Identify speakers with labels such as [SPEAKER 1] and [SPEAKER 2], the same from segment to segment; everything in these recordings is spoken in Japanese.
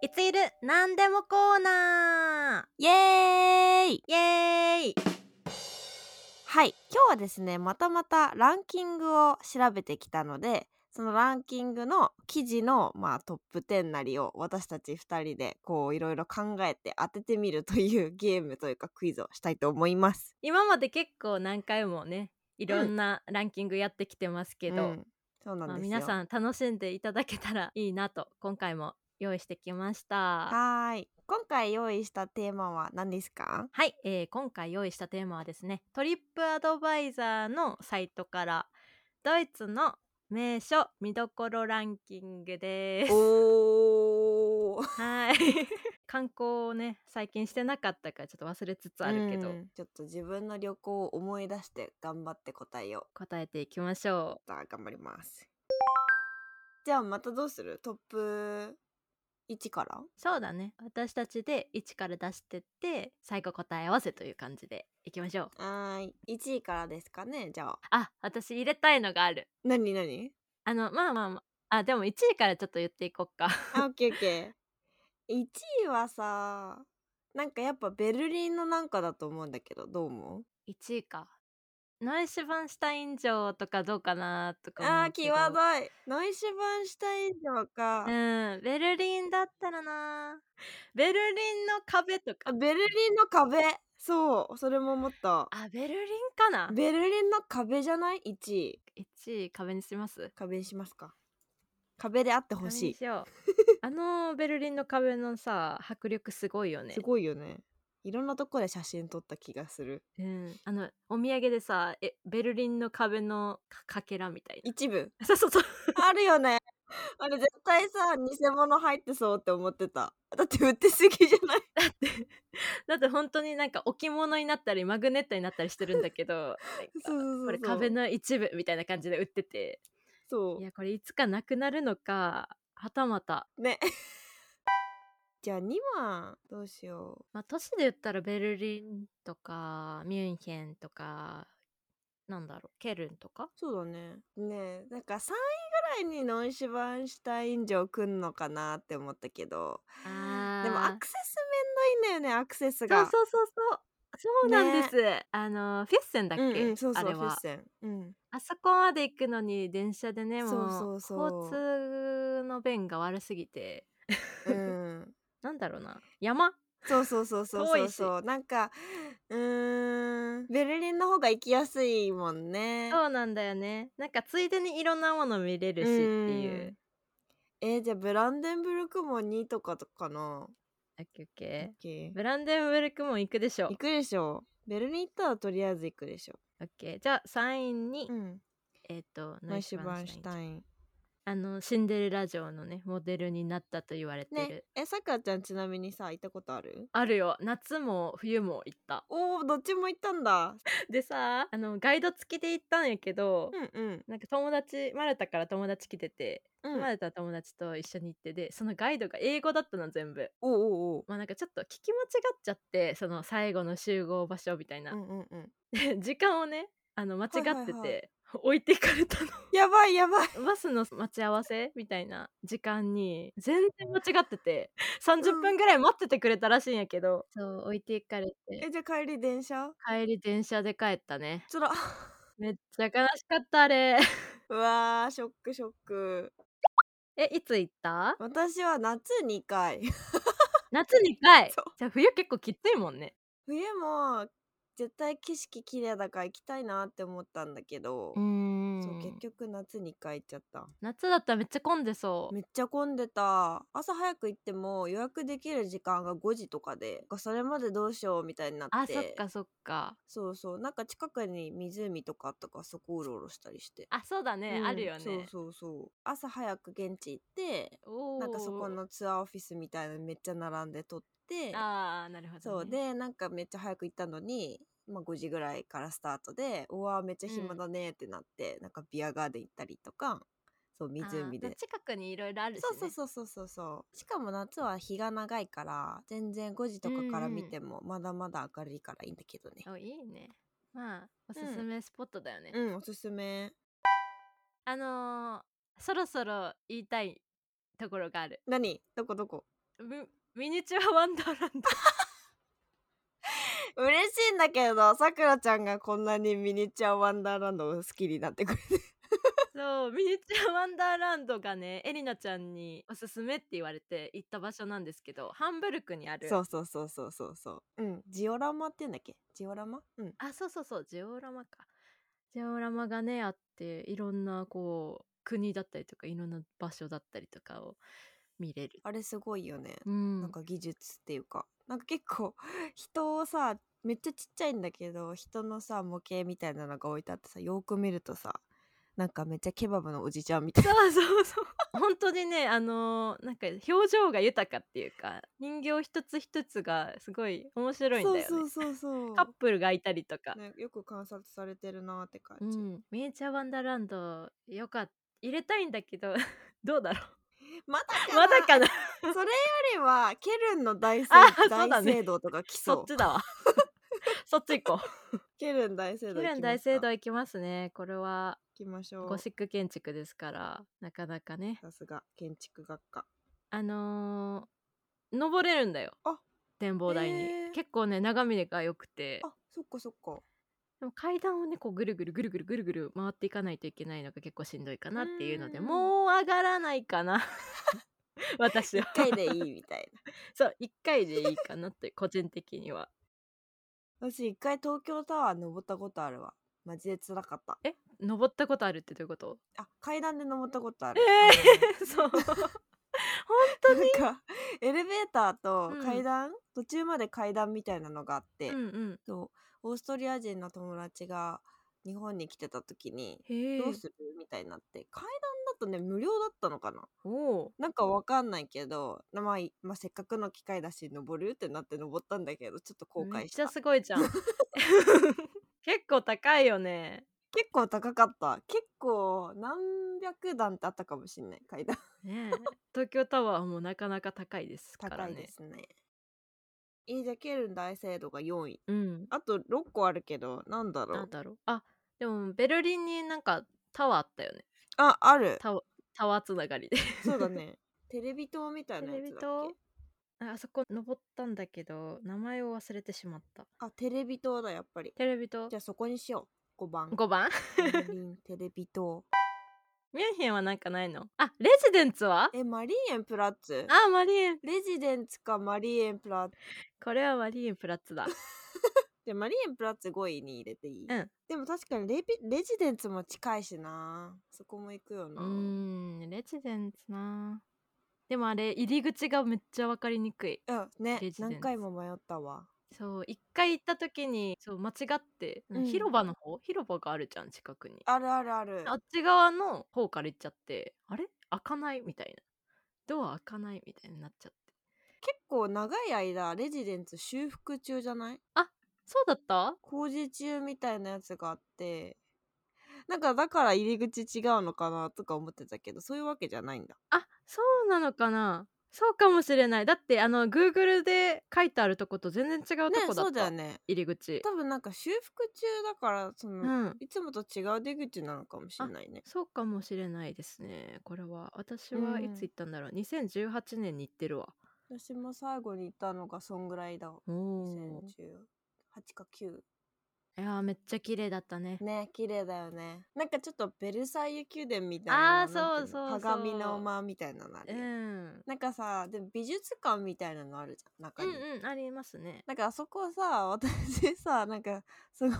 [SPEAKER 1] いついるなんでもコーナ
[SPEAKER 2] イエ
[SPEAKER 1] ー
[SPEAKER 2] ーイ
[SPEAKER 1] イエーイ
[SPEAKER 2] はい今日はですねまたまたランキングを調べてきたのでそのランキングの記事の、まあ、トップ10なりを私たち2人でこういろいろ考えて当ててみるという ゲームというかクイズをしたいと思います。
[SPEAKER 1] 今まで結構何回もねいろんなランキングやってきてますけど、
[SPEAKER 2] うんそうなん
[SPEAKER 1] まあ、
[SPEAKER 2] ですよ
[SPEAKER 1] 皆さん楽しんでいただけたらいいなと今回も用意してきました。
[SPEAKER 2] はーい今回用意したテーマは何です か
[SPEAKER 1] はい、えー今回用意したテーマはですねトリップアドバイザーのサイトからドイツの名所見どころランキングです。
[SPEAKER 2] おー
[SPEAKER 1] はい観光をね最近してなかったからちょっと忘れつつあるけど、
[SPEAKER 2] うんちょっと自分の旅行を思い出して頑張って答えよう
[SPEAKER 1] 答えていきましょ
[SPEAKER 2] じゃあ頑張りますじゃあまたどうするトップ1から
[SPEAKER 1] うそうだね私たちで1から出してって最後答え合わせという感じでいきましょう
[SPEAKER 2] はーい1位からですかねじゃあ
[SPEAKER 1] あ私入れたいのがある
[SPEAKER 2] 何何
[SPEAKER 1] あのまあまあまああでも1位からちょっと言っていこっか
[SPEAKER 2] あオッケーオッ ケー1位はさなんかやっぱベルリンのなんかだと思うんだけどどう思う
[SPEAKER 1] 1位かノイシュバンシュタイン城とかどうかなとか思う
[SPEAKER 2] あー
[SPEAKER 1] け
[SPEAKER 2] 際
[SPEAKER 1] ど
[SPEAKER 2] どいノイシュバンシュタイン城か、
[SPEAKER 1] うんベルリンだったらなベルリンの壁とか
[SPEAKER 2] あベルリンの壁そうそれも思った
[SPEAKER 1] あベルリンかな
[SPEAKER 2] ベルリンの壁じゃない1位
[SPEAKER 1] 1位壁にします
[SPEAKER 2] 壁にしますか壁であってほ
[SPEAKER 1] 壁
[SPEAKER 2] し
[SPEAKER 1] に
[SPEAKER 2] い
[SPEAKER 1] しよ うあのベルリンの壁のさ迫力すごいよね
[SPEAKER 2] すごいよねいろんなとこで写真撮った気がする
[SPEAKER 1] うん、あのお土産でさえベルリンの壁のかかけらみたいな
[SPEAKER 2] 一部
[SPEAKER 1] そうそうそう
[SPEAKER 2] あるよねあれ絶対さ偽物入ってそうって思ってただって売ってすぎじゃない
[SPEAKER 1] だってだって本当になんか置物になったりマグネットになったりしてるんだけどなんか
[SPEAKER 2] そうそうそうそう
[SPEAKER 1] これ壁の一部みたいな感じで売ってて
[SPEAKER 2] そ
[SPEAKER 1] いやこれいつかなくなるのかはたまた、
[SPEAKER 2] うね じゃあ2番どうしよう
[SPEAKER 1] まあ、都市で言ったらベルリンとかミュンヘンとかなんだろうケルンとか
[SPEAKER 2] そうだねねえなんか3位ぐらいにノンシュバンシュタイン城くんのかなって思ったけど
[SPEAKER 1] あ
[SPEAKER 2] でもアクセスめんどいんだよねアクセス
[SPEAKER 1] そ
[SPEAKER 2] が
[SPEAKER 1] うそうそうそうそうなんです、あのフィッセンだっけ、
[SPEAKER 2] うんうん、そうそう
[SPEAKER 1] あれ
[SPEAKER 2] フィ
[SPEAKER 1] は
[SPEAKER 2] ッセンうん
[SPEAKER 1] あそこまで行くのに電車でねもう
[SPEAKER 2] そうそう
[SPEAKER 1] 交
[SPEAKER 2] そう
[SPEAKER 1] 通の便が悪すぎて
[SPEAKER 2] うん
[SPEAKER 1] なんだろうな山
[SPEAKER 2] そうそうそうそうそ
[SPEAKER 1] 遠
[SPEAKER 2] う
[SPEAKER 1] いし
[SPEAKER 2] そうなんかうーんベルリンの方が行きやすいもんね
[SPEAKER 1] そうなんだよねなんかついでにいろんなもの見れるしっていううん
[SPEAKER 2] えーじゃあブランデンブルクも2とかとかな
[SPEAKER 1] オッケーオッ
[SPEAKER 2] オ
[SPEAKER 1] ケ
[SPEAKER 2] ッケ
[SPEAKER 1] ー
[SPEAKER 2] ー
[SPEAKER 1] ブランデンブルクも行くでしょ
[SPEAKER 2] 行くでしょベルリン行ったらとりあえず行くでしょ
[SPEAKER 1] オッケーじゃあ3位に、
[SPEAKER 2] うん
[SPEAKER 1] えっ、と
[SPEAKER 2] ノイシュバンシュタ
[SPEAKER 1] ン
[SPEAKER 2] イン
[SPEAKER 1] あのシンデレラ城のねモデルになったと言われてる、
[SPEAKER 2] ねえさくらちゃんちなみにさ行ったことある
[SPEAKER 1] あるよ夏も冬も行 った
[SPEAKER 2] おーどっちも行ったんだ
[SPEAKER 1] でさあのガイド付きで行ったんやけど、
[SPEAKER 2] うんうん
[SPEAKER 1] なんか友達マルタから友達来てて、
[SPEAKER 2] うん
[SPEAKER 1] マルタの友達と一緒に行ってでそのガイドが英語だったの全部
[SPEAKER 2] おうおうおう
[SPEAKER 1] まあなんかちょっと聞き間違っちゃってその最後の集合場所みたいな、
[SPEAKER 2] うんうんうん
[SPEAKER 1] で 時間をねあの間違ってて、
[SPEAKER 2] はいはいはい
[SPEAKER 1] 置いていかれたの
[SPEAKER 2] やばいやばい
[SPEAKER 1] バスの待ち合わせみたいな時間に全然間違ってて30分ぐらい待っててくれたらしいんやけど、そう置いていかれて
[SPEAKER 2] えじゃあ帰り電車
[SPEAKER 1] 帰り電車で帰ったね
[SPEAKER 2] つら
[SPEAKER 1] めっちゃ悲しかったあれ
[SPEAKER 2] うわーショックショック
[SPEAKER 1] えいつ行った
[SPEAKER 2] 私は夏2回
[SPEAKER 1] 夏2回
[SPEAKER 2] そう
[SPEAKER 1] じゃあ冬結構きついもんね
[SPEAKER 2] 冬も絶対景色綺麗だから行きたいなって思ったんだけど、
[SPEAKER 1] ん
[SPEAKER 2] そう結局夏2回行っちゃった
[SPEAKER 1] 夏だったらめっちゃ混んでそう
[SPEAKER 2] めっちゃ混んでた朝早く行っても予約できる時間が5時とかでそれまでどうしようみたいになって
[SPEAKER 1] あそっかそっか
[SPEAKER 2] そうそうなんか近くに湖とかあったからそこうろうろしたりして
[SPEAKER 1] あそうだね、
[SPEAKER 2] うん
[SPEAKER 1] あるよね
[SPEAKER 2] そうそうそう朝早く現地行って
[SPEAKER 1] おー
[SPEAKER 2] なんかそこのツアーオフィスみたいなのめっちゃ並んで撮って
[SPEAKER 1] あーなるほど、ね、
[SPEAKER 2] そうでなんかめっちゃ早く行ったのに、まあ、5時ぐらいからスタートでうわーめっちゃ暇だねってなって、なんかビアガーデン行ったりとかそう
[SPEAKER 1] あー
[SPEAKER 2] 湖で。
[SPEAKER 1] 近くにいろいろあるし、ね、
[SPEAKER 2] そうそうそうそうそうそうしかも夏は日が長いから全然5時とかから
[SPEAKER 1] うんうん
[SPEAKER 2] 見てもまだまだ明るいからいいんだけどね
[SPEAKER 1] おいいねまあおすすめスポットだよね、
[SPEAKER 2] うんおすすめ
[SPEAKER 1] あのー、そろそろ言いたいところがある
[SPEAKER 2] 何どこどこ
[SPEAKER 1] ミミニチュアワンダーラン ド
[SPEAKER 2] 嬉しいんだけどさくらちゃんがこんなにミニチュアワンダーランドを好きになってくれて
[SPEAKER 1] そうミニチュアワンダーランドがねエリナちゃんにおすすめって言われて行った場所なんですけどハンブルクにある
[SPEAKER 2] そうそうそうそうそうそううんジオラマって言うんだっけジオラマうん
[SPEAKER 1] あそうそうそうジオラマかジオラマがねあっていろんなこう国だったりとかいろんな場所だったりとかを見れる
[SPEAKER 2] あれすごいよね
[SPEAKER 1] うん
[SPEAKER 2] なんか技術っていうかなんか結構 人をさめっちゃちっちゃいんだけど人のさ模型みたいなのが置いてあってさよく見るとさなんかめっちゃケバブのおじちゃんみたいな
[SPEAKER 1] そうそうそう本当にねあのーなんか表情が豊かっていうか人形一つ一つがすごい面 白いんだよね
[SPEAKER 2] そうそうそうそう
[SPEAKER 1] カップルがいたりとか、
[SPEAKER 2] ね、よく観察されてるなって感
[SPEAKER 1] う
[SPEAKER 2] じ、
[SPEAKER 1] ん、ミニチュアワンダーランドよかった入れたいんだけど どうだろ
[SPEAKER 2] まだか
[SPEAKER 1] う
[SPEAKER 2] な
[SPEAKER 1] まだかな
[SPEAKER 2] それよりはケルンの大聖
[SPEAKER 1] あーそうだ
[SPEAKER 2] 大
[SPEAKER 1] ね
[SPEAKER 2] 聖堂とか来
[SPEAKER 1] そ
[SPEAKER 2] そ
[SPEAKER 1] っ
[SPEAKER 2] う
[SPEAKER 1] ちだわ そっち行こ
[SPEAKER 2] ケルン大聖
[SPEAKER 1] う
[SPEAKER 2] 堂
[SPEAKER 1] ケ
[SPEAKER 2] 行きますか
[SPEAKER 1] ルン大聖堂行きますねこれは
[SPEAKER 2] 行きましょ
[SPEAKER 1] ゴ
[SPEAKER 2] う
[SPEAKER 1] シック建築ですからなかなかね
[SPEAKER 2] さすが建築学科
[SPEAKER 1] あのー登れるんだよ
[SPEAKER 2] あ
[SPEAKER 1] 展望台に、
[SPEAKER 2] へー
[SPEAKER 1] 結構ね眺めが良くて
[SPEAKER 2] あそっかそっか
[SPEAKER 1] でも階段をねこうぐるぐるぐるぐるぐるぐる回っていかないといけないのが結構しんどいかなっていうので
[SPEAKER 2] うん
[SPEAKER 1] もう上がらないか な私は
[SPEAKER 2] 一回でいいみたい
[SPEAKER 1] そう1回でいいかなって個人的には
[SPEAKER 2] な私一回東京タワー登ったことあるわマジで辛かった
[SPEAKER 1] え登ったことあるってどういうこと
[SPEAKER 2] あ階段で登ったことあ
[SPEAKER 1] え
[SPEAKER 2] る、
[SPEAKER 1] えそう
[SPEAKER 2] うんなんかエレベーターと
[SPEAKER 1] うん
[SPEAKER 2] 階段、途中まで階段みたいなのがあって、
[SPEAKER 1] うんうん
[SPEAKER 2] とオーストリア人の友達が日本に来てた時に
[SPEAKER 1] へえ
[SPEAKER 2] どうするみたいになって階段だとね無料だったのかな
[SPEAKER 1] おお
[SPEAKER 2] なんかわかんないけど、まあ、いまあせっかくの機会だし登るってなって登ったんだけどちょっと後
[SPEAKER 1] めっ
[SPEAKER 2] 悔し
[SPEAKER 1] ち
[SPEAKER 2] た
[SPEAKER 1] ゃすごいじ ゃん結構高いよね
[SPEAKER 2] 結構高かった結構何百段ってあったかもしんない階段
[SPEAKER 1] ねえ東京タワーもなかなか高いですから
[SPEAKER 2] 高
[SPEAKER 1] ね
[SPEAKER 2] いですねいいじゃケルン大聖堂が4位
[SPEAKER 1] うん
[SPEAKER 2] あと6個あるけどなんだろ
[SPEAKER 1] なん
[SPEAKER 2] う
[SPEAKER 1] だろうあでもベルリンになんかタワーあったよ ね
[SPEAKER 2] あある
[SPEAKER 1] タワタワーつながりで
[SPEAKER 2] そ うだねテレビ塔みたい
[SPEAKER 1] テ
[SPEAKER 2] なや
[SPEAKER 1] レ
[SPEAKER 2] つ
[SPEAKER 1] ビ
[SPEAKER 2] だっ
[SPEAKER 1] 塔
[SPEAKER 2] け
[SPEAKER 1] ああそこ登ったんだけど名前を忘れてしまった
[SPEAKER 2] あテレビ塔だやっぱり
[SPEAKER 1] テレビ塔
[SPEAKER 2] じゃあそこにしよう5番
[SPEAKER 1] 5番
[SPEAKER 2] ベルリンテレビ塔
[SPEAKER 1] ミュンヘンはなんかないのあレジデンツは
[SPEAKER 2] えマリーエンプラッツ
[SPEAKER 1] あマリエン
[SPEAKER 2] レジデンツかマリーエンプラッツ
[SPEAKER 1] これはマリエンプラッツだ
[SPEAKER 2] でマリーエンプラッツ5位に入れていい、
[SPEAKER 1] うん
[SPEAKER 2] でも確かにレビレジデンツも近いしなそこも行くよ
[SPEAKER 1] う
[SPEAKER 2] な、
[SPEAKER 1] ーんレジデンツなでもあれ入り口がめっちゃ分かりにくい
[SPEAKER 2] うんね
[SPEAKER 1] レジデンツ
[SPEAKER 2] 何回も迷ったわ
[SPEAKER 1] そう一回行った時にそう間違って、
[SPEAKER 2] うん
[SPEAKER 1] 広場の方広場があるじゃん近くに
[SPEAKER 2] あるあるある
[SPEAKER 1] あっち側の方から行っちゃってあれ開かないみたいなドア開かないみたいになっちゃって
[SPEAKER 2] 結構長い間レジデンツ修復中じゃない
[SPEAKER 1] そうだった
[SPEAKER 2] 工事中みたいなやつがあってなんかだから入り口違うのかなとか思ってたけどそういうわけじゃないんだ
[SPEAKER 1] あそうなのかなそうかもしれないだってあの Google で書いてあるとこと全然違うと
[SPEAKER 2] ね
[SPEAKER 1] こだ
[SPEAKER 2] そ
[SPEAKER 1] っ
[SPEAKER 2] うだ
[SPEAKER 1] た、
[SPEAKER 2] よね
[SPEAKER 1] 入り口
[SPEAKER 2] 多分なんか修復中だからその、
[SPEAKER 1] うん
[SPEAKER 2] いつもと違う出口なのかもしれないね
[SPEAKER 1] そうかもしれないですねこれは私
[SPEAKER 2] う
[SPEAKER 1] は
[SPEAKER 2] ん
[SPEAKER 1] いつ行ったんだろう、2018年に行ってるわ
[SPEAKER 2] 私も最後に行ったのがそんぐらいだ
[SPEAKER 1] お
[SPEAKER 2] 2018
[SPEAKER 1] お
[SPEAKER 2] か9
[SPEAKER 1] いやーめっちゃ綺麗だったね
[SPEAKER 2] ね綺麗だよねなんかちょっとベルサイユ宮殿みたいな
[SPEAKER 1] あー
[SPEAKER 2] なんてい
[SPEAKER 1] そうそ
[SPEAKER 2] の
[SPEAKER 1] うそう
[SPEAKER 2] 鏡の間みたいなのあ
[SPEAKER 1] う
[SPEAKER 2] るよ、
[SPEAKER 1] ん
[SPEAKER 2] なんかさでも美術館みたいなのあるじゃん中
[SPEAKER 1] う
[SPEAKER 2] に、
[SPEAKER 1] んうんありますね
[SPEAKER 2] なんかあそこさ私さなんかすごい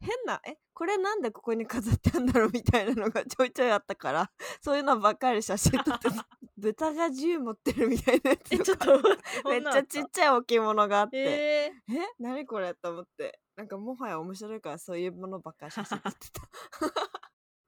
[SPEAKER 2] 変なえこれなんでここに飾ってあんだろうみたいなのがちょいちょいあったから そういうのばっかり写真 撮ってた豚が銃持ってるみたいなやつ
[SPEAKER 1] えちょっと
[SPEAKER 2] と
[SPEAKER 1] 待
[SPEAKER 2] か
[SPEAKER 1] って
[SPEAKER 2] めっちゃちっちゃい置物があって、
[SPEAKER 1] え
[SPEAKER 2] え何これと思ってなんかもはや面白いからそういうものばっかり写真撮ってた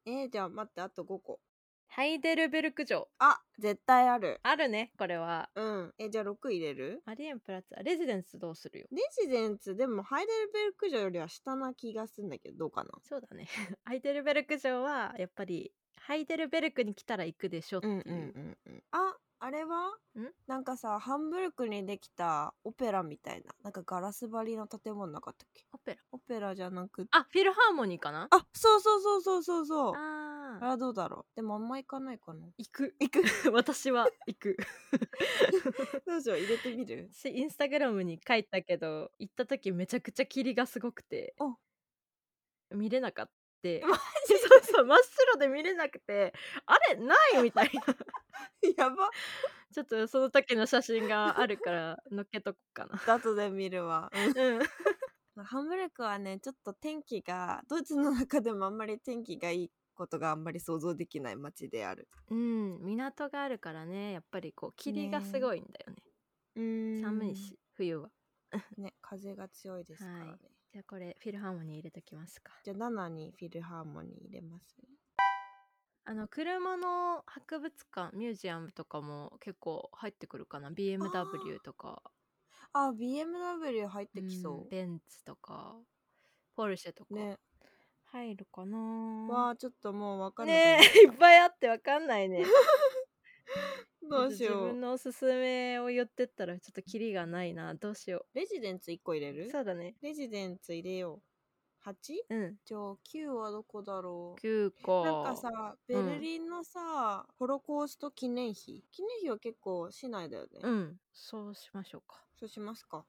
[SPEAKER 2] えー、じゃあ待ってあと5個
[SPEAKER 1] ハイデルベルク城
[SPEAKER 2] あ絶対ある
[SPEAKER 1] あるねこれは
[SPEAKER 2] うんえじゃあ6入れる
[SPEAKER 1] マリエンプラザレジデンスどうするよ
[SPEAKER 2] レジデンツでもハイデルベルク城よりは下な気がするんだけどどうかな
[SPEAKER 1] そうだね ハイデルベルク城はやっぱりハイデルベルクに来たら行くでしょって
[SPEAKER 2] う
[SPEAKER 1] い
[SPEAKER 2] ん
[SPEAKER 1] う、
[SPEAKER 2] うんうんうんああれは
[SPEAKER 1] ん
[SPEAKER 2] なんかさハンブルクにできたオペラみたいななんかガラス張りの建物なかったっけ
[SPEAKER 1] オペラ
[SPEAKER 2] オペラじゃなくて
[SPEAKER 1] あフィルハーモニーかな
[SPEAKER 2] あそうそうそうそうそうそう
[SPEAKER 1] あ
[SPEAKER 2] あらどうだろうでもあんま行かないかな
[SPEAKER 1] 行く
[SPEAKER 2] 行く
[SPEAKER 1] 私は行く
[SPEAKER 2] どうしよう入れてみる
[SPEAKER 1] 私インスタグラムに書いたけど行った時めちゃくちゃ霧がすごくて
[SPEAKER 2] お
[SPEAKER 1] 見れなか ったで
[SPEAKER 2] マ
[SPEAKER 1] そうそう真っ白で見れなくてあれないみたい な
[SPEAKER 2] やば
[SPEAKER 1] ちょっとその時の写真があるから載っけとこうかな
[SPEAKER 2] 後で見るわうん
[SPEAKER 1] うん
[SPEAKER 2] ハンブルクはねちょっと天気がドイツの中でもあんまり天気がいいことがあんまり想像できない街である
[SPEAKER 1] うん、港があるからねやっぱりこう霧がすごいんだよね
[SPEAKER 2] うん
[SPEAKER 1] 寒いし冬は
[SPEAKER 2] ね風が強いですからね、
[SPEAKER 1] はいじゃあこれフィルハーモニー入れときますか
[SPEAKER 2] じゃあ7にフィルハーモニー入れます
[SPEAKER 1] あの車の博物館ミュージアムとかも結構入ってくるかな BMW とか
[SPEAKER 2] あ BMW 入って
[SPEAKER 1] う
[SPEAKER 2] き
[SPEAKER 1] ん
[SPEAKER 2] そう、
[SPEAKER 1] ベンツとかポルシェとか
[SPEAKER 2] ね
[SPEAKER 1] 入るかな
[SPEAKER 2] わあちょっともう分かんない、
[SPEAKER 1] ね えいっぱいあってわかんないね
[SPEAKER 2] どうし
[SPEAKER 1] 自
[SPEAKER 2] よ
[SPEAKER 1] 分
[SPEAKER 2] う
[SPEAKER 1] のおすすめを言ってったらちょっとキリがないなどうしよ
[SPEAKER 2] レジデンツ1個入れ
[SPEAKER 1] う
[SPEAKER 2] る
[SPEAKER 1] そうだね
[SPEAKER 2] レジデンツ入れよう 8?
[SPEAKER 1] うん
[SPEAKER 2] じゃあ9はどこだろう
[SPEAKER 1] 9個
[SPEAKER 2] なんかさベ
[SPEAKER 1] うん
[SPEAKER 2] ルリンのさ、ホロコースト記念碑記念碑は結構市内だよね、
[SPEAKER 1] うんそうしましょうか
[SPEAKER 2] そうしますか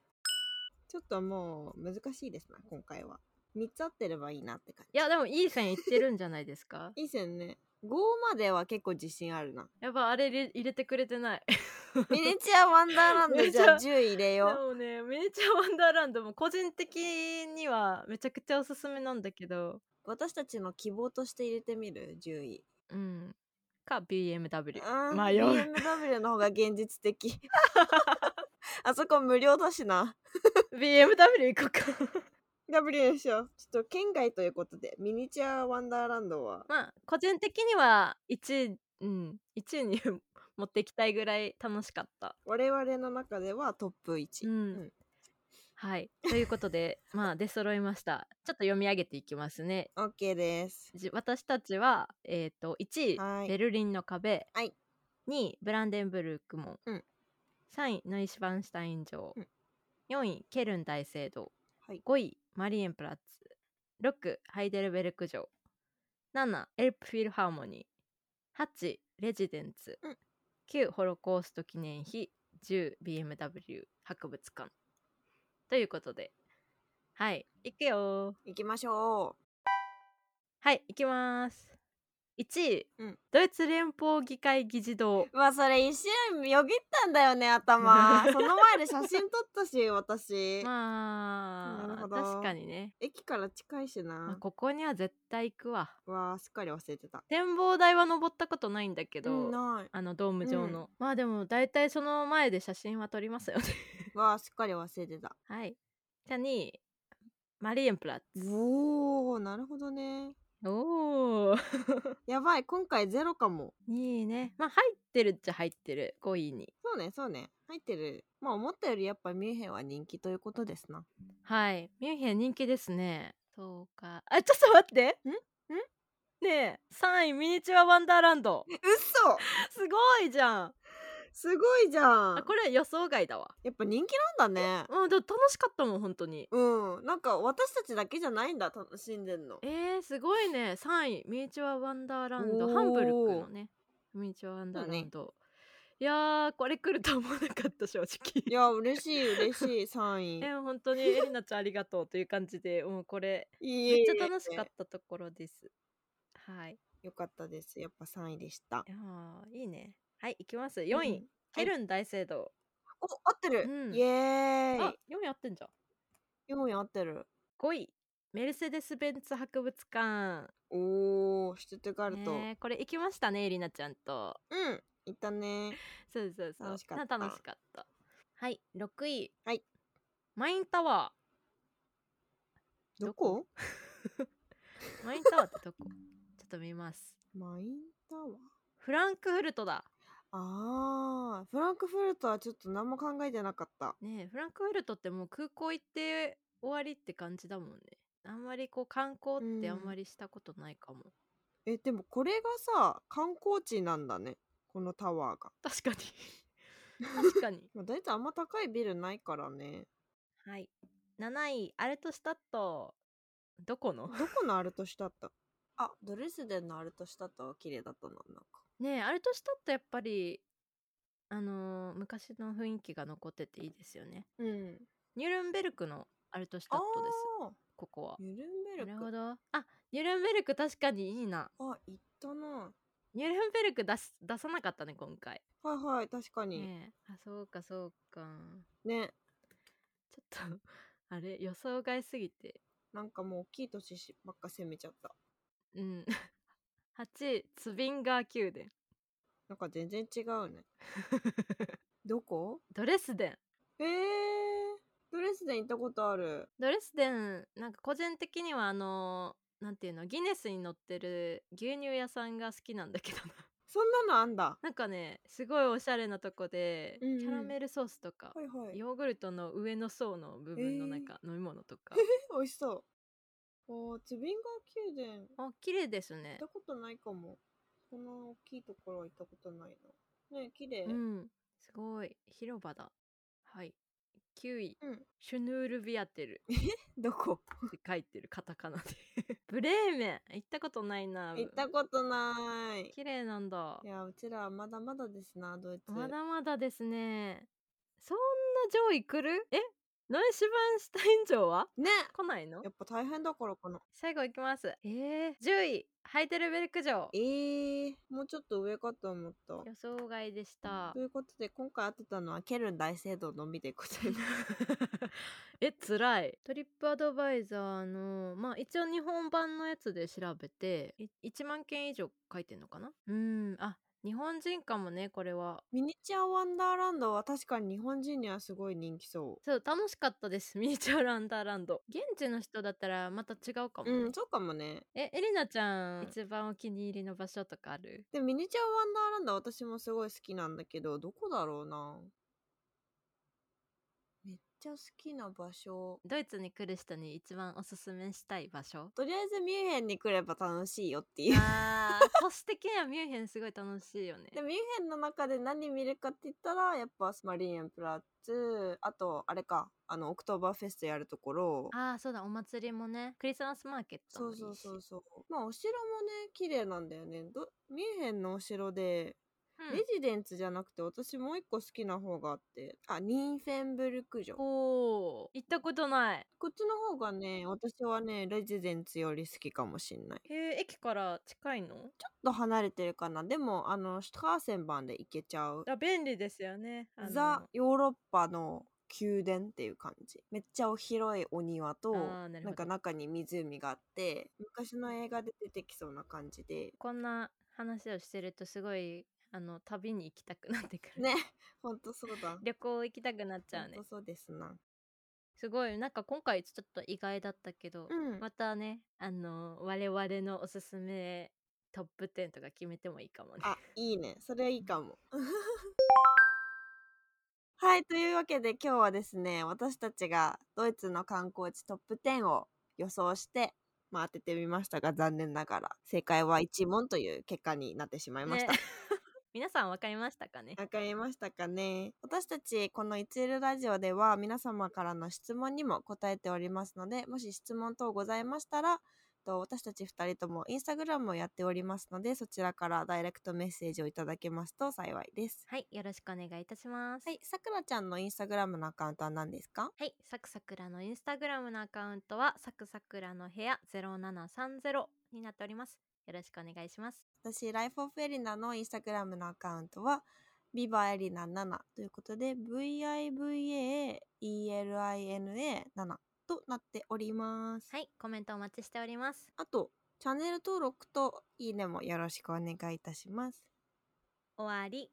[SPEAKER 2] ちょっともう難しいですな今回は3つ合ってればいいなって感
[SPEAKER 1] いやでもいい線いってるんじゃないです か
[SPEAKER 2] じいい線ね5までは結構自信ある な
[SPEAKER 1] やっぱあれ入れ入れてくれてない
[SPEAKER 2] ミニチュアワンダーランド
[SPEAKER 1] めち
[SPEAKER 2] じ
[SPEAKER 1] ゃ
[SPEAKER 2] ゃあ10入 れ
[SPEAKER 1] で
[SPEAKER 2] よ
[SPEAKER 1] もねミニチュアワンダーランドも個人的にはめちゃくちゃおすすめなんだけど
[SPEAKER 2] う私たちの希望として入れてみる10位
[SPEAKER 1] うんか BMW
[SPEAKER 2] うん
[SPEAKER 1] 迷う
[SPEAKER 2] BMW の方が現 実的あそこ無料だしな
[SPEAKER 1] BMW 行こうか
[SPEAKER 2] W でしょちょっと県外ということでミニチュアワンダーランドは
[SPEAKER 1] まあ個人的には1位うん1位に持っていきたいぐらい楽しかった
[SPEAKER 2] 我々の中ではトップ1、
[SPEAKER 1] うん、はいということ でまあ出揃いましたちょっと読み上げていきますね
[SPEAKER 2] OK です
[SPEAKER 1] じ私たちは、えー、と1位、
[SPEAKER 2] はい
[SPEAKER 1] ベルリンの壁、
[SPEAKER 2] はい
[SPEAKER 1] 2位ブランデンブルク門、
[SPEAKER 2] うん
[SPEAKER 1] 3位ノイシュバンシュタイン城、
[SPEAKER 2] うん
[SPEAKER 1] 4位ケルン大聖堂、
[SPEAKER 2] はい
[SPEAKER 1] 5位マリエンプラッツ6ハイデルベルク城7エルプフィルハーモニー8レジデンツ、
[SPEAKER 2] うん
[SPEAKER 1] 9ホロコースト記念碑 10BMW 博物館ということではい行くよー
[SPEAKER 2] 行きましょ
[SPEAKER 1] はい、行きます。1位、
[SPEAKER 2] うん
[SPEAKER 1] ドイツ連邦議会議事堂。
[SPEAKER 2] ううわそれ一瞬よぎったんだよ ね頭その前で写真撮ったし私、なる
[SPEAKER 1] まあ
[SPEAKER 2] ほ、ど
[SPEAKER 1] 確かにね。
[SPEAKER 2] 駅から近いし
[SPEAKER 1] まあ
[SPEAKER 2] な、
[SPEAKER 1] ここには絶対行くわ。
[SPEAKER 2] わあすっかり忘れてた
[SPEAKER 1] 展望台は登ったことないんだけど、
[SPEAKER 2] うんな
[SPEAKER 1] あのドーム上の。まあでも、大体その前で写真は撮りますよね。
[SPEAKER 2] いわあすっかり忘れてた
[SPEAKER 1] はい。じゃあ2位、マリエンプラッツ。
[SPEAKER 2] おーなるほどね
[SPEAKER 1] おお。
[SPEAKER 2] やばい今回ゼロかも
[SPEAKER 1] 2位ね。まあ入ってるっちゃ入ってる、5位に。
[SPEAKER 2] そうねそうね入ってるまあ思ったよりやっぱミュンヘンは人気ということです な
[SPEAKER 1] はい、ミュンヘン人気ですね。そうか。あ、ちょっと待って。
[SPEAKER 2] んん
[SPEAKER 1] ねえ、三位ミニチュアワンダーランド。
[SPEAKER 2] 嘘
[SPEAKER 1] すごいじゃん。
[SPEAKER 2] すごいじゃん
[SPEAKER 1] あ、これ予想外だわ。
[SPEAKER 2] やっぱ人気なんだね
[SPEAKER 1] うん、でも楽しかったもん本当に。
[SPEAKER 2] うんなんか私たちだけじゃないんだ楽しんでんの
[SPEAKER 1] えー、すごいね。三位ミニチュアワンダーランド、
[SPEAKER 2] おー
[SPEAKER 1] ハンブルクのね、ミニチュアワンダーランド。いやー、これ来ると思わなかった正
[SPEAKER 2] い
[SPEAKER 1] 直。
[SPEAKER 2] や嬉しい嬉しい3 位
[SPEAKER 1] え本当にエリナちゃんありがとうという感じで、もうこれ
[SPEAKER 2] いえ
[SPEAKER 1] め
[SPEAKER 2] い
[SPEAKER 1] っ
[SPEAKER 2] え
[SPEAKER 1] ちゃ楽しかったところです。はい。
[SPEAKER 2] よかったですやっぱ3位でした
[SPEAKER 1] いやーいいね。はい、行きます。4位、
[SPEAKER 2] うん
[SPEAKER 1] ケルン大聖堂。
[SPEAKER 2] お合ってる、
[SPEAKER 1] うん
[SPEAKER 2] イエー
[SPEAKER 1] あ
[SPEAKER 2] イ、
[SPEAKER 1] 4位あってんじゃん。
[SPEAKER 2] 4位合ってる
[SPEAKER 1] 5位、メルセデス・ベンツ博物館。
[SPEAKER 2] おおシュトゥットガルト、
[SPEAKER 1] ねーこれ行きましたね、エリナちゃんと。
[SPEAKER 2] うんいたね
[SPEAKER 1] そうそうそう。
[SPEAKER 2] 楽しかった
[SPEAKER 1] な楽しかった。はい、6位。
[SPEAKER 2] はい
[SPEAKER 1] マインタワ
[SPEAKER 2] どこ
[SPEAKER 1] ー。マインタワーってどこ ちょっと見ます。
[SPEAKER 2] マインタワー
[SPEAKER 1] フランクフルトだ。
[SPEAKER 2] あーフランクフルトはちょっと何も考えてなかった
[SPEAKER 1] ねえフランクフルトってもう空港行って終わりって感じだもんね。あんまりこう観光ってあんまりしたことないかも。
[SPEAKER 2] えでもこれがさ観光地なんだねこのタワーが
[SPEAKER 1] 確かに確かに
[SPEAKER 2] まあドイツあんま高いビルないからね
[SPEAKER 1] はい7位アルトシュタットどこの
[SPEAKER 2] どこのアルトシュタットあドレスデンのアルトシュタッタは綺麗だったななんか
[SPEAKER 1] ねえアルトシュタットやっぱりあのー昔の雰囲気が残ってていいですよね
[SPEAKER 2] うん
[SPEAKER 1] ニュルンベルクのアルトシュタ
[SPEAKER 2] あ
[SPEAKER 1] ットです
[SPEAKER 2] あ
[SPEAKER 1] ここは
[SPEAKER 2] ニュルンベル
[SPEAKER 1] な
[SPEAKER 2] ク
[SPEAKER 1] るほどあニュルンベルク確かにいいな
[SPEAKER 2] あ行ったな
[SPEAKER 1] ニュルンベルク出す出さなかったね今回
[SPEAKER 2] はいはい確かに
[SPEAKER 1] ねえあそうかそうか
[SPEAKER 2] ね
[SPEAKER 1] ちょっと あれ予想外すぎて
[SPEAKER 2] なんかもう大きい年ばっか攻めちゃった
[SPEAKER 1] うん 8位ツビンガー宮殿
[SPEAKER 2] なんか全然違う ねどこ
[SPEAKER 1] ドレスデン
[SPEAKER 2] えー、ドレスデン行ったことある
[SPEAKER 1] ドレスデンなんか個人的にはあのなんていうのギネスに載ってる牛乳屋さんが好きなんだけどな
[SPEAKER 2] そんなのあんだ
[SPEAKER 1] なんかねすごいおしゃれなとこで、
[SPEAKER 2] うんうん
[SPEAKER 1] キャラメルソースとか、
[SPEAKER 2] はいはい
[SPEAKER 1] ヨーグルトの上の層の部分のなんか飲み物と か、
[SPEAKER 2] 美味しそうおーツビンガー宮殿行っ
[SPEAKER 1] あ綺麗ですね
[SPEAKER 2] たことないかもそんな大きいところは行ったことないなねえ綺麗、
[SPEAKER 1] うんすごい広場だはい9位、
[SPEAKER 2] うん
[SPEAKER 1] シュヌールビアテル
[SPEAKER 2] どこ
[SPEAKER 1] って書いてるカタカナで ブレーメン行ったことないな
[SPEAKER 2] 行ったことない
[SPEAKER 1] 綺麗なんだ
[SPEAKER 2] いやうちらはまだまだですなドイツ
[SPEAKER 1] まだまだですね。そんな上位来るえノイシュバンシュタイン城は
[SPEAKER 2] ね
[SPEAKER 1] 来ないの
[SPEAKER 2] やっぱ大変だからかな
[SPEAKER 1] 最後いきます。えー、10位、ハイデルベルク城。
[SPEAKER 2] えー、もうちょっと上かと思った
[SPEAKER 1] 予想外でした
[SPEAKER 2] と。いうことで今回当てたのはケルン大聖堂のみでございます
[SPEAKER 1] え、つらい。トリップアドバイザーの、まあ一応日本版のやつで調べて、い1万件以上書いてんのかなうーん、あ、日本人かもね、これは。
[SPEAKER 2] ミニチュアワンダーランドは確かに日本人にはすごい人気そ
[SPEAKER 1] そう、楽しかったです。 ミニチュアランダーランド。現地の人だったらまた違うかも
[SPEAKER 2] う
[SPEAKER 1] ね。
[SPEAKER 2] うんそうかもね
[SPEAKER 1] え、エリナちゃん、一番お気に入りの場所とかある
[SPEAKER 2] でミニチュアワンダーランドは私もすごい好きなんだけどどこだろうなめっちゃ好きな場所
[SPEAKER 1] ドイツに来る人に一番おすすめしたい場所
[SPEAKER 2] とりあえずミュンヘンに来れば楽しいよっていう
[SPEAKER 1] あー、都市的にはミュンヘンすごい楽しいよね。
[SPEAKER 2] でミュンヘンの中で何見るかって言ったらやっぱマリーンプラッツあとあれかあのオクトーバーフェストやるところ
[SPEAKER 1] あー、そうだ、お祭りもね。クリスマスマーケット
[SPEAKER 2] そ
[SPEAKER 1] もいういし。
[SPEAKER 2] そうそうそうまあお城もね綺麗なんだよねどミュンヘンのお城で、
[SPEAKER 1] うん
[SPEAKER 2] レジデンツじゃなくて私もう一個好きな方があってあニンフェンブルク城
[SPEAKER 1] お
[SPEAKER 2] こ
[SPEAKER 1] ー、行ったことない。
[SPEAKER 2] っちの方がね私はねレジデンツより好きかもしんない
[SPEAKER 1] へえ、駅から近いの
[SPEAKER 2] ちょっと離れてるかなでもあのシュトラーセンバンで行けちゃう
[SPEAKER 1] あ、便利ですよね。あの
[SPEAKER 2] ザ・ヨーロッパの宮殿っていう感じめっちゃお広いお庭と
[SPEAKER 1] あーなるほど
[SPEAKER 2] んか中に湖があって昔の映画で出てきそうな感じで
[SPEAKER 1] こんな話をしてるとすごい、あの、旅に行きたくなってくる。
[SPEAKER 2] ね ほんとそう だ
[SPEAKER 1] 旅行行きたくなっちゃうね
[SPEAKER 2] ほんと。そうですな
[SPEAKER 1] すごい、なんか今回ちょっと意外だったけど、
[SPEAKER 2] うん
[SPEAKER 1] またねあの我々のおすすめトップ10とか決めてもいいかもね
[SPEAKER 2] あいいねそれはいいかも はいというわけで今日はですね私たちがドイツの観光地トップ10を予想してまあ当ててみましたが残念ながら正解は1問という結果になってしまいました、
[SPEAKER 1] ね 皆さんわかりましたかね
[SPEAKER 2] わかりましたかね。私たちこのいついるラジオでは皆様からの質問にも答えておりますので、もし質問等ございましたら、と私たち2人ともインスタグラムをやっておりますので、そちらからダイレクトメッセージをいただけますと幸いです。
[SPEAKER 1] はいよろしくお願いいたします
[SPEAKER 2] はい、さくらちゃんのインスタグラムのアカウントは何ですか
[SPEAKER 1] はい、サクサクラのインスタグラムのアカウントはサクサクラの部屋0730になっておりますよろしくお願いします
[SPEAKER 2] 私、ライフオフエリナのインスタグラムのアカウントは、ビバエリナ7ということで、VIVAELINA7 となっております。
[SPEAKER 1] はいコメントお待ちしております
[SPEAKER 2] あと、チャンネル登録といいねもよろしくお願いいたします。
[SPEAKER 1] 終わり